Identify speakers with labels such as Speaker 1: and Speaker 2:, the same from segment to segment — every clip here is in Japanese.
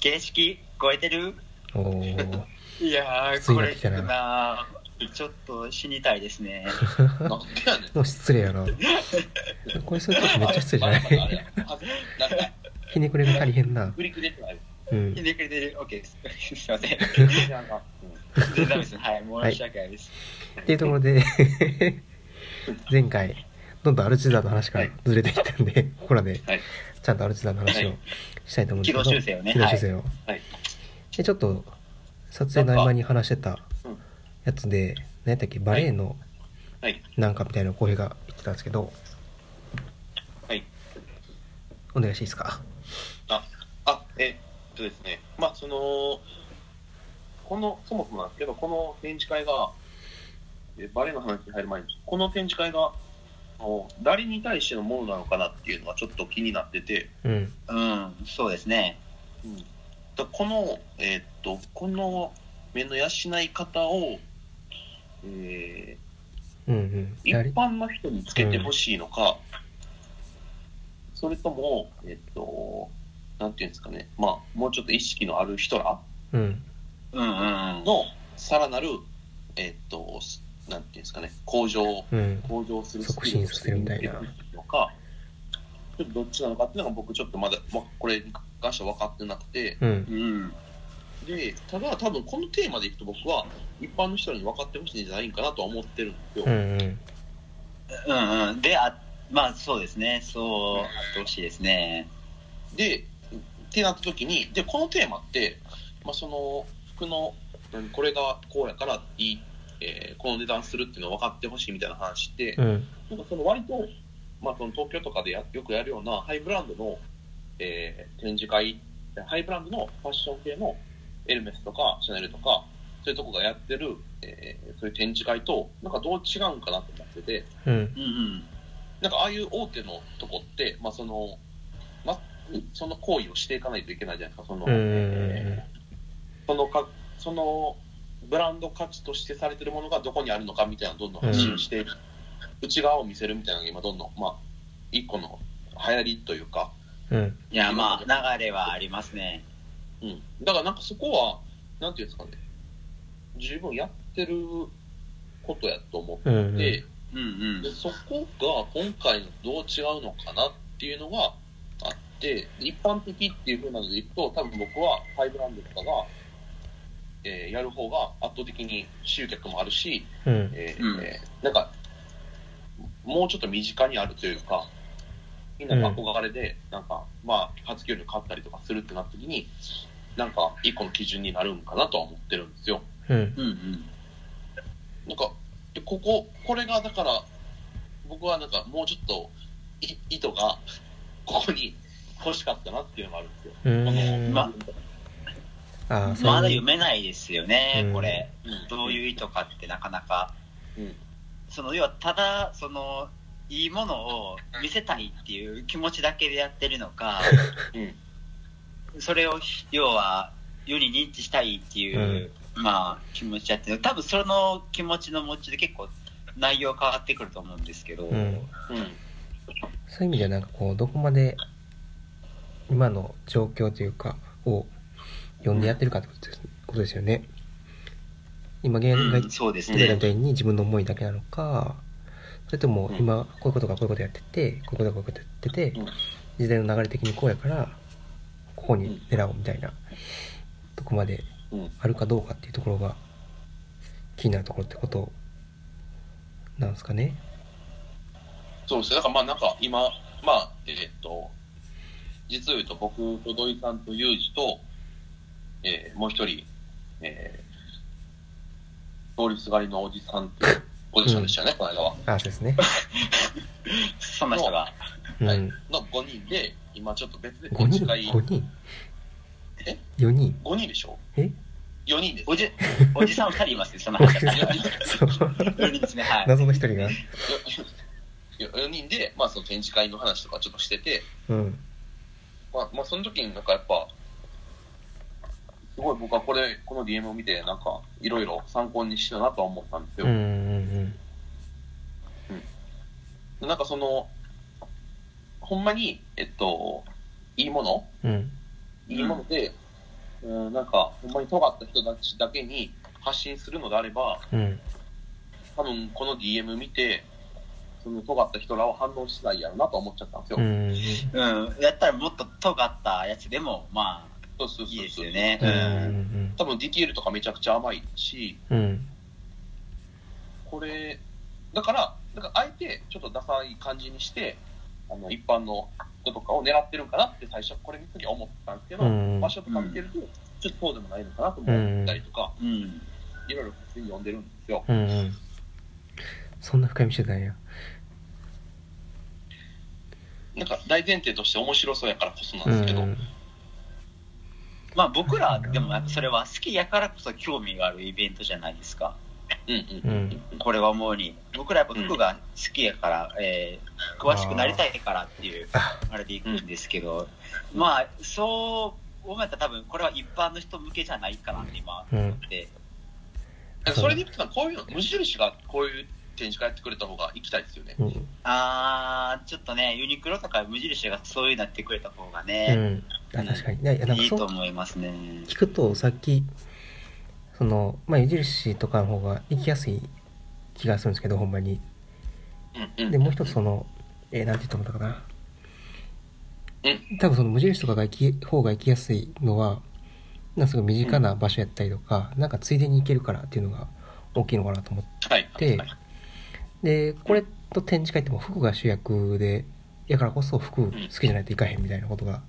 Speaker 1: 形式超えてる
Speaker 2: おー
Speaker 1: いや
Speaker 2: きつ
Speaker 1: ー
Speaker 2: い
Speaker 1: こ
Speaker 2: な
Speaker 1: れ
Speaker 2: きたな
Speaker 1: なちょっと死にたいです ね
Speaker 3: なんでやねん
Speaker 2: もう失礼やなこれするときめっちゃ失礼じゃな
Speaker 3: あれあ れ
Speaker 2: い
Speaker 3: あなんか
Speaker 2: ひねくれが足りへんな
Speaker 3: 振りくれてない
Speaker 2: うん
Speaker 1: ひねくれてる OK ですすいませ ん
Speaker 3: なんかうん
Speaker 1: 全然ダメですはい申し訳ないです、
Speaker 2: っていうところで 前回どんどんアルチザーの話からずれていったんで、ここらで
Speaker 3: はい
Speaker 2: ちゃんとアルチザーの話をしたいと思うんですけど
Speaker 1: 軌道修正をね
Speaker 2: 軌道修正を
Speaker 3: はい
Speaker 2: でちょっと撮影の合間に話してた
Speaker 3: うん
Speaker 2: やつで何やったっけバレエの
Speaker 3: はい
Speaker 2: なんかみたいな浩平が言ってたんですけど
Speaker 3: はい
Speaker 2: お願いしていいですか
Speaker 3: あ、あ、えっとですね、まあ、その、この、そもそもなんですけど、この展示会が、えバレエの話に入る前に、この展示会が、あの誰に対してのものなのかなっていうのはちょっと気になってて、
Speaker 2: うん
Speaker 1: うんそうですね
Speaker 3: うん、だこの、えっと、この目の養い方を、え
Speaker 2: うんうん
Speaker 3: ー一
Speaker 2: やはり
Speaker 3: 般の人につけてほしいのか、それとも、えっと、なんていうんですかね、まあ、もうちょっと意識のある人ら、
Speaker 2: うん
Speaker 1: うんうん
Speaker 3: のさらなる、えっと、すなんていうんですかね、向上、
Speaker 2: うん
Speaker 3: 向上する
Speaker 2: 促進させるみたいな
Speaker 3: スキルを身につけていくのか、ちょっとどっちなのかっていうのが僕ちょっとまだ、ま、これに関しては分かってなくて、
Speaker 2: うん
Speaker 1: うん
Speaker 3: で、ただ多分このテーマでいくと僕は一般の人に分かってほしいんじゃないかなとは思ってるんですよ。
Speaker 2: うんうん
Speaker 1: うんうんであまあそうですねそうあってほしいですね
Speaker 3: で、ってなった時に、で、このテーマって、まあ、その、服の、うんこれがこうやからいい、えーこの値段するっていうのを分かってほしいみたいな話って、
Speaker 2: うん
Speaker 3: なんかその割と、まあ、その東京とかでやよくやるようなハイブランドの、えー展示会、ハイブランドのファッション系のエルメスとかシャネルとか、そういうとこがやってる、えーそういう展示会と、なんかどう違うんかなと思ってて、
Speaker 2: うん
Speaker 1: うんうん
Speaker 3: なんかああいう大手のとこって、まあその、ま、その行為をしていかないといけないじゃないですか、その、
Speaker 2: うんうん
Speaker 3: えーそのか、その、ブランド価値としてされてるものがどこにあるのかみたいなのをどんどん発信して、内側を見せるみたいなのが今どんどん、まあ、一個の流行りというか、
Speaker 2: うん
Speaker 1: いやまあ流れはありますね
Speaker 3: うん。だからなんかそこは、なんていうんですかね、十分やってることやと思
Speaker 2: うんう
Speaker 3: っ
Speaker 2: ん
Speaker 3: て、
Speaker 1: うん
Speaker 3: でそこが今回のどう違うのかなっていうのがあって一般的っていう風なのでいくと多分僕はハイブランドとかが、えーやる方が圧倒的に集客もあるし、
Speaker 2: うん
Speaker 3: えー
Speaker 1: うん
Speaker 3: えーなんかもうちょっと身近にあるというかみんなが憧れで、なんかまあ初給料買ったりとかするってなった時になんか一個の基準になるんかなとは思ってるんですよ。
Speaker 2: うん
Speaker 1: うんうん
Speaker 3: なんか、でここ、これがだから、僕はなんかもうちょっとい意図がここに欲しかったなっていうのがあるんですよ。
Speaker 2: うん
Speaker 1: ま
Speaker 2: ああそう
Speaker 1: まだ
Speaker 2: いう
Speaker 1: 読めないですよね、
Speaker 2: うん
Speaker 1: これ
Speaker 3: うん
Speaker 1: どういう意図かってなかなか
Speaker 3: うん
Speaker 1: その要はただそのいいものを見せたいっていう気持ちだけでやってるの か
Speaker 3: うん
Speaker 1: それを要は世に認知したいっていう、まあ気持ちやってる多分その気持ちの持ちで結構内容変わってくると思うんですけど、
Speaker 2: うん
Speaker 3: うん
Speaker 2: そういう意味ではなんかこうどこまで今の状況というかを読んでやってるかってことです,、ことですよね。今現
Speaker 1: うん
Speaker 2: 在
Speaker 1: そうです
Speaker 2: 作られたみ
Speaker 1: ね
Speaker 2: たいに自分の思いだけなのかそれとも今こういうことがこういうことやっててこういうことがこういうことやってて
Speaker 3: うん
Speaker 2: 時代の流れ的にこうやからここに狙おうみたいなどこまで
Speaker 3: うん
Speaker 2: あるかどうかっていうところが気になるところってことなんですかね。
Speaker 3: そうですね。だからまあなんか今、まあ、えーっと、実を言うと僕と土井さんとユージと、えーもう一人、えー、通りすがりのおじさんっていうポジションでしたよね、この間は。
Speaker 2: あそうですね。
Speaker 1: そんな人 が
Speaker 2: うん
Speaker 3: はいの5人で、今ちょっと別で
Speaker 2: 5人
Speaker 3: 会
Speaker 2: ?5 人
Speaker 3: え
Speaker 2: ?4 人
Speaker 3: 5人でしょ
Speaker 2: え
Speaker 3: ?4 人です。
Speaker 1: おじおじさん2人いますねその 話だったら
Speaker 2: そう。
Speaker 1: 4人ですねはい
Speaker 2: 謎の一人が。
Speaker 3: 4人で、まあ、その展示会の話とかちょっとしてて、
Speaker 2: うん。
Speaker 3: まあ、まあ、その時になんかやっぱ、すごい僕はこれ、この DM を見て、なんか、いろいろ参考にしたなとは思ったんです
Speaker 2: うん
Speaker 3: よ。
Speaker 2: うんうん
Speaker 3: なんかその、ほんまに、えっと、いいもの
Speaker 2: うん。
Speaker 3: いいもので、うん、なんか、ほんまに尖った人たちだけに発信するのであれば、
Speaker 2: うん。
Speaker 3: 多分この DM 見て、その尖った人らは反応しないやろなと思っちゃったんですよ。
Speaker 2: うん。
Speaker 1: うん、やったらもっと尖ったやつでも、まあ、
Speaker 3: そうそうそうそう
Speaker 1: いいですよね。
Speaker 2: う
Speaker 1: うん
Speaker 2: ん。
Speaker 3: 多分 DTL とかめちゃくちゃ甘いし、
Speaker 2: うん。
Speaker 3: これ、だから、だからあえてちょっとダサい感じにして、あの一般の人とかを狙ってるんかなって最初これ見て思ったんですけど、
Speaker 2: うん
Speaker 3: 場所とか見てると、ちょっとそうでもないのかなと思ったりとか、
Speaker 1: うん。
Speaker 3: いろいろ普通に読んでるんですよ。
Speaker 2: うんうん。そんな深みしてたんや。
Speaker 3: なんか大前提として面白そうやからこそなん
Speaker 2: う
Speaker 3: ですけど、
Speaker 2: ん。
Speaker 1: まあ僕らでもやっぱそれは好きやからこそ興味があるイベントじゃないですか。
Speaker 3: うん
Speaker 2: う
Speaker 3: うん
Speaker 2: ん。
Speaker 1: これは思うに。僕らやっぱ服が好きやから、えー詳しくなりたいからっていう、
Speaker 2: あ
Speaker 1: あれでいくんですけど、まあ、そう思ったら多分これは一般の人向けじゃないかなって今思って。
Speaker 3: なんかそれで言ったら、こういうの、無印がこういう展示会やってくれた方が行きたいですよね。
Speaker 2: うん。
Speaker 1: あー、ちょっとね、ユニクロとか無印がそういうのやってくれた方が
Speaker 2: う
Speaker 1: ね、
Speaker 2: ん。あ確かに。いや、いやなんか
Speaker 1: いい
Speaker 2: そう
Speaker 1: と思いますね。
Speaker 2: 聞くと、さっき、その、まあ、矢印とかの方が行きやすい気がするんですけど、ほんまに。
Speaker 3: うんうん。
Speaker 2: で、もう一つその、えー、なんて言ったのかな。
Speaker 3: う
Speaker 2: 多分その無印とかが行き、方が行きやすいのは、なんかすごい身近な場所やったりとか、なんかついでに行けるからっていうのが大きいのかなと思って。
Speaker 3: はい。
Speaker 2: で
Speaker 3: はい
Speaker 2: で、これと展示会ってもう服が主役で、やからこそ服好きじゃないといかへんみたいなことが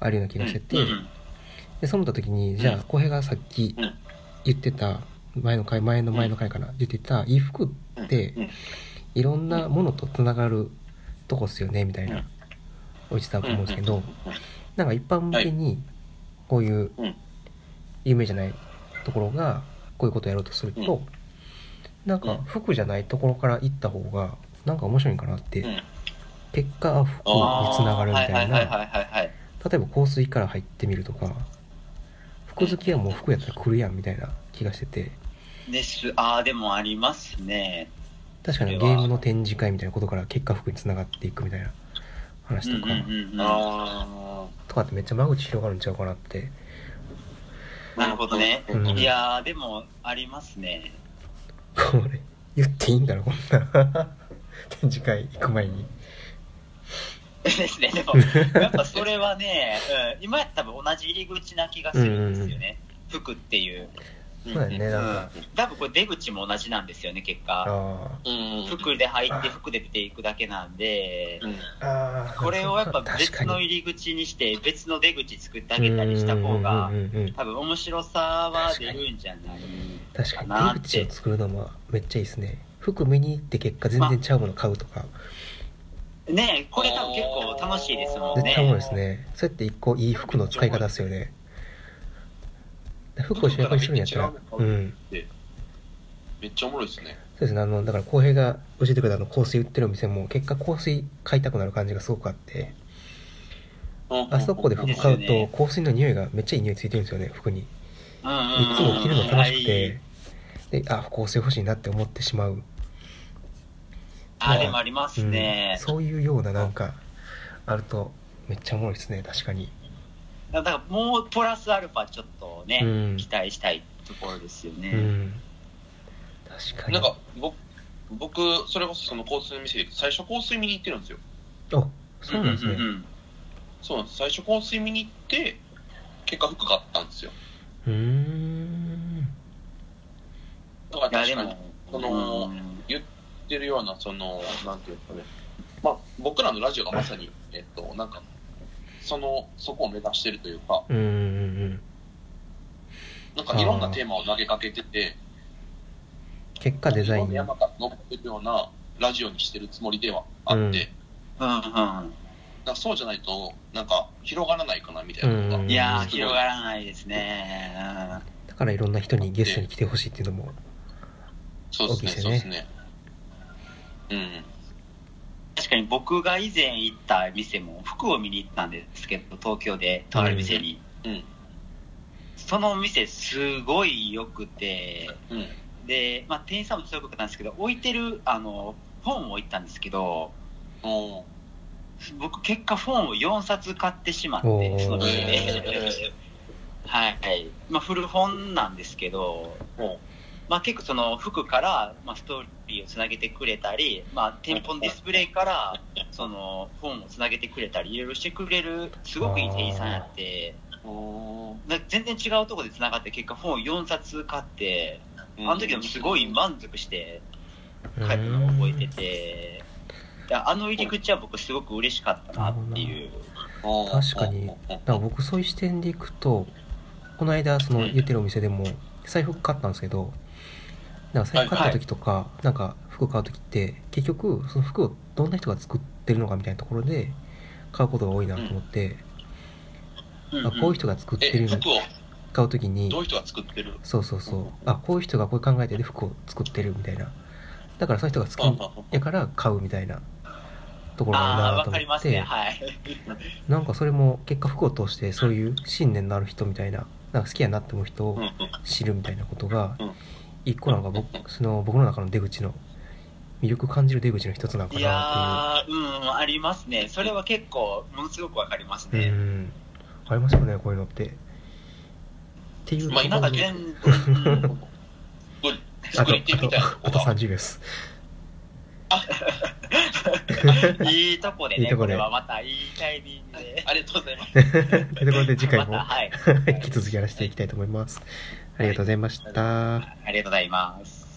Speaker 2: あるような気がしてて、
Speaker 1: うん。
Speaker 2: でそう思った時にじゃ
Speaker 3: う
Speaker 2: あ
Speaker 3: ん
Speaker 2: 浩平がさっき
Speaker 3: うん
Speaker 2: 言ってた前の回前の前の回かな言ってた衣服って
Speaker 3: うんうん
Speaker 2: いろんなものとつながるとこっすよねみたい
Speaker 3: うん
Speaker 2: なおいてたと思うんですけど
Speaker 3: うん
Speaker 2: なんか一般向けにこういう
Speaker 3: うん
Speaker 2: 有名じゃないところがこういうことやろうとするとなんか服じゃないところから行った方がなんか面白いんかなっ
Speaker 3: うん
Speaker 2: て結果服につながるみたい
Speaker 1: はいは
Speaker 2: ない
Speaker 1: はいはい、はい。
Speaker 2: 例えば香水から入ってみるとか服好きはもう服やったら来るやんみたいな気がしてて
Speaker 1: です。ああ、でもありますね。
Speaker 2: 確か
Speaker 1: そ
Speaker 2: にゲ
Speaker 1: れは
Speaker 2: ームの展示会みたいなことから結果服につながっていくみたいな
Speaker 1: う
Speaker 2: 話
Speaker 1: ん
Speaker 2: とか、
Speaker 1: うんうんうん。
Speaker 3: あ
Speaker 2: とかってめっちゃ間口広がるんちゃうかなって
Speaker 3: ー
Speaker 1: なるほどね
Speaker 3: うん
Speaker 2: うん
Speaker 1: いやー、でもありますね。
Speaker 2: これ言っていいんだろこんな展示会行く前に
Speaker 1: ですね、で も、やっぱそれはね、うん、今やったら多分同じ入り口な気がするんですよね、服っていう、
Speaker 3: うん
Speaker 2: そうだよね
Speaker 1: う
Speaker 2: なん
Speaker 1: ん
Speaker 2: か、
Speaker 1: 多分これ、出口も同じなんですよね、結
Speaker 2: あ
Speaker 1: 果、
Speaker 2: ー
Speaker 3: うん
Speaker 1: 服で入って、服で出ていくだけなんで、
Speaker 3: うん
Speaker 2: あー
Speaker 1: これをやっぱ
Speaker 2: 確か
Speaker 1: 別
Speaker 2: に
Speaker 1: の入り口にして、別の出口作ってあげたりした方
Speaker 2: う
Speaker 1: が
Speaker 2: ん、うんうんうん
Speaker 1: 多分面白さは出るんじゃない
Speaker 2: 確
Speaker 1: かな
Speaker 2: か
Speaker 1: っ
Speaker 2: に
Speaker 1: て
Speaker 2: 出口を作るのもめっちゃいいですね服見に行って結果全然ちゃうもの買うとか
Speaker 1: ねえこれ多分結構楽しいですもん
Speaker 2: 絶対おもろ
Speaker 1: ね
Speaker 2: いですね。そうやって一個いい服の使い方ですよね。服を主役にするんやったら、うん。
Speaker 3: めっちゃおもろいですね。
Speaker 2: そうですね、あの、だから浩平が教えてくれたあの香水売ってるお店も、結果香水買いたくなる感じがすごくあって、あそこで服買
Speaker 1: で
Speaker 2: う
Speaker 1: すよね
Speaker 2: と香水の匂いがめっちゃいい匂いついてるんですよね、服に。い
Speaker 1: うんうんうん
Speaker 2: つも着るの楽しく
Speaker 1: は
Speaker 2: て
Speaker 1: い、
Speaker 2: で、あ、香水欲しいなって思ってしまう。
Speaker 1: あーでもありますね、
Speaker 2: うんそういうようななんか、あると、めっちゃおもろいですね、確かに。
Speaker 1: だからもうプラスアルファちょっとね、
Speaker 2: うん
Speaker 1: 期待したいところですよね。
Speaker 2: うん。確かに。
Speaker 3: なんか、僕、僕、それこそその香水の店で、最初香水見に行ってるんですよ。
Speaker 2: あ、そうなんですね。
Speaker 1: ん
Speaker 3: そうなんです。最初香水見に行って、結果服買ったんですよ。
Speaker 2: うーん。
Speaker 3: だから
Speaker 1: いやで
Speaker 3: 確かに
Speaker 1: も、、
Speaker 3: その
Speaker 1: うん
Speaker 3: 言ってるような、その、なんていうんですかね。まあ、僕らのラジオがまさに、えっと、なんか、その、そこを目指してるというか、
Speaker 2: うんうんうん
Speaker 3: なんかいろんなテーマを投げかけてて、
Speaker 2: 結果デザイン
Speaker 3: いろんな山が登ってるようなラジオにしてるつもりではあって、
Speaker 2: うん
Speaker 1: うん
Speaker 3: なんかそうじゃないと、なんか広がらないかなみたいなのが、
Speaker 2: うん
Speaker 1: うん、いやー、
Speaker 3: すごい
Speaker 1: 広がらないですね。うん
Speaker 2: だからいろんな人にゲストに来てほしいっていうのも
Speaker 3: そうですね、
Speaker 2: 大きいですよ
Speaker 3: そう
Speaker 2: ね
Speaker 3: ですね。うん。
Speaker 1: 確かに僕が以前行った店も服を見に行ったんですけど、東京で、とある店に。
Speaker 3: うん。
Speaker 1: その店すごい良くて、
Speaker 3: うん。
Speaker 1: で、まあ店員さんも強かったんですけど、置いてる、あの、本を置いたんですけど、
Speaker 3: おー
Speaker 1: 僕結果本を4冊買ってしまっ
Speaker 2: おー
Speaker 1: て、その店
Speaker 3: へ
Speaker 1: で。はい、はい。まあ、古本なんですけど、
Speaker 3: も
Speaker 1: まあ、結構その服から、まあ、ストーリーをつなげてくれたり、まあ、店舗のディスプレイからその本をつなげてくれたりいろいろしてくれるすごくいい店員さんやって
Speaker 3: う、うん、
Speaker 1: なんか全然違うところでつながって結果本を4冊買ってあの時でもすごい満足して帰ったのを覚えてて。であの入り口は僕すごく嬉しかったなっていう。
Speaker 2: 確かになんか僕そういう視点でいくとこの間その言ってるお店でも財布買ったんですけどなんか財布買った時とか、なんか服買う時って結局その服をどんな人が作ってるのかみたいなところで買うことが多いなと思って、
Speaker 1: うんう
Speaker 2: あこ
Speaker 1: ん
Speaker 2: ういう人が作って
Speaker 3: え
Speaker 2: るの
Speaker 3: 服を
Speaker 2: 買う時に
Speaker 3: どういう人が作ってる
Speaker 2: そうそうそうあこういう人がこういう考えてで服を作ってるみたいなだからそういう人が好きやから買うみたいなところが
Speaker 1: あ
Speaker 2: ある
Speaker 1: あ、
Speaker 2: な
Speaker 1: わ
Speaker 2: と
Speaker 1: かり
Speaker 2: 思っ
Speaker 1: ます
Speaker 2: て、
Speaker 1: ね。はい。
Speaker 2: なんかそれも結果服を通してそういう信念のある人みたいななんか好きやなって思う人を
Speaker 3: うんうん
Speaker 2: 知るみたいなことが
Speaker 3: うん
Speaker 2: 一個なんか僕その僕の中の出口の魅力感じる出口の一つなのか
Speaker 1: い
Speaker 2: なっ
Speaker 1: やー、うん、ありますね。それは結構、ものすごくわかります
Speaker 2: ていうう
Speaker 1: ね。
Speaker 2: んありますよねこういうのってっていう
Speaker 3: まあ
Speaker 1: なんか
Speaker 2: ところで
Speaker 1: 全、うん
Speaker 3: どう
Speaker 2: あ
Speaker 3: 作
Speaker 2: と
Speaker 3: り手みたいな
Speaker 2: あ
Speaker 3: こととが
Speaker 2: 30秒です
Speaker 1: いいとこで
Speaker 2: いい
Speaker 1: ね、
Speaker 2: とこ
Speaker 1: こ
Speaker 2: で
Speaker 1: れはまたいいタイミングで。
Speaker 3: ありがとうございます
Speaker 2: ということで次回も
Speaker 1: また、はい。
Speaker 2: 引き続きやらせていきたいと思いますありがとうございました、
Speaker 1: ありがとうございます。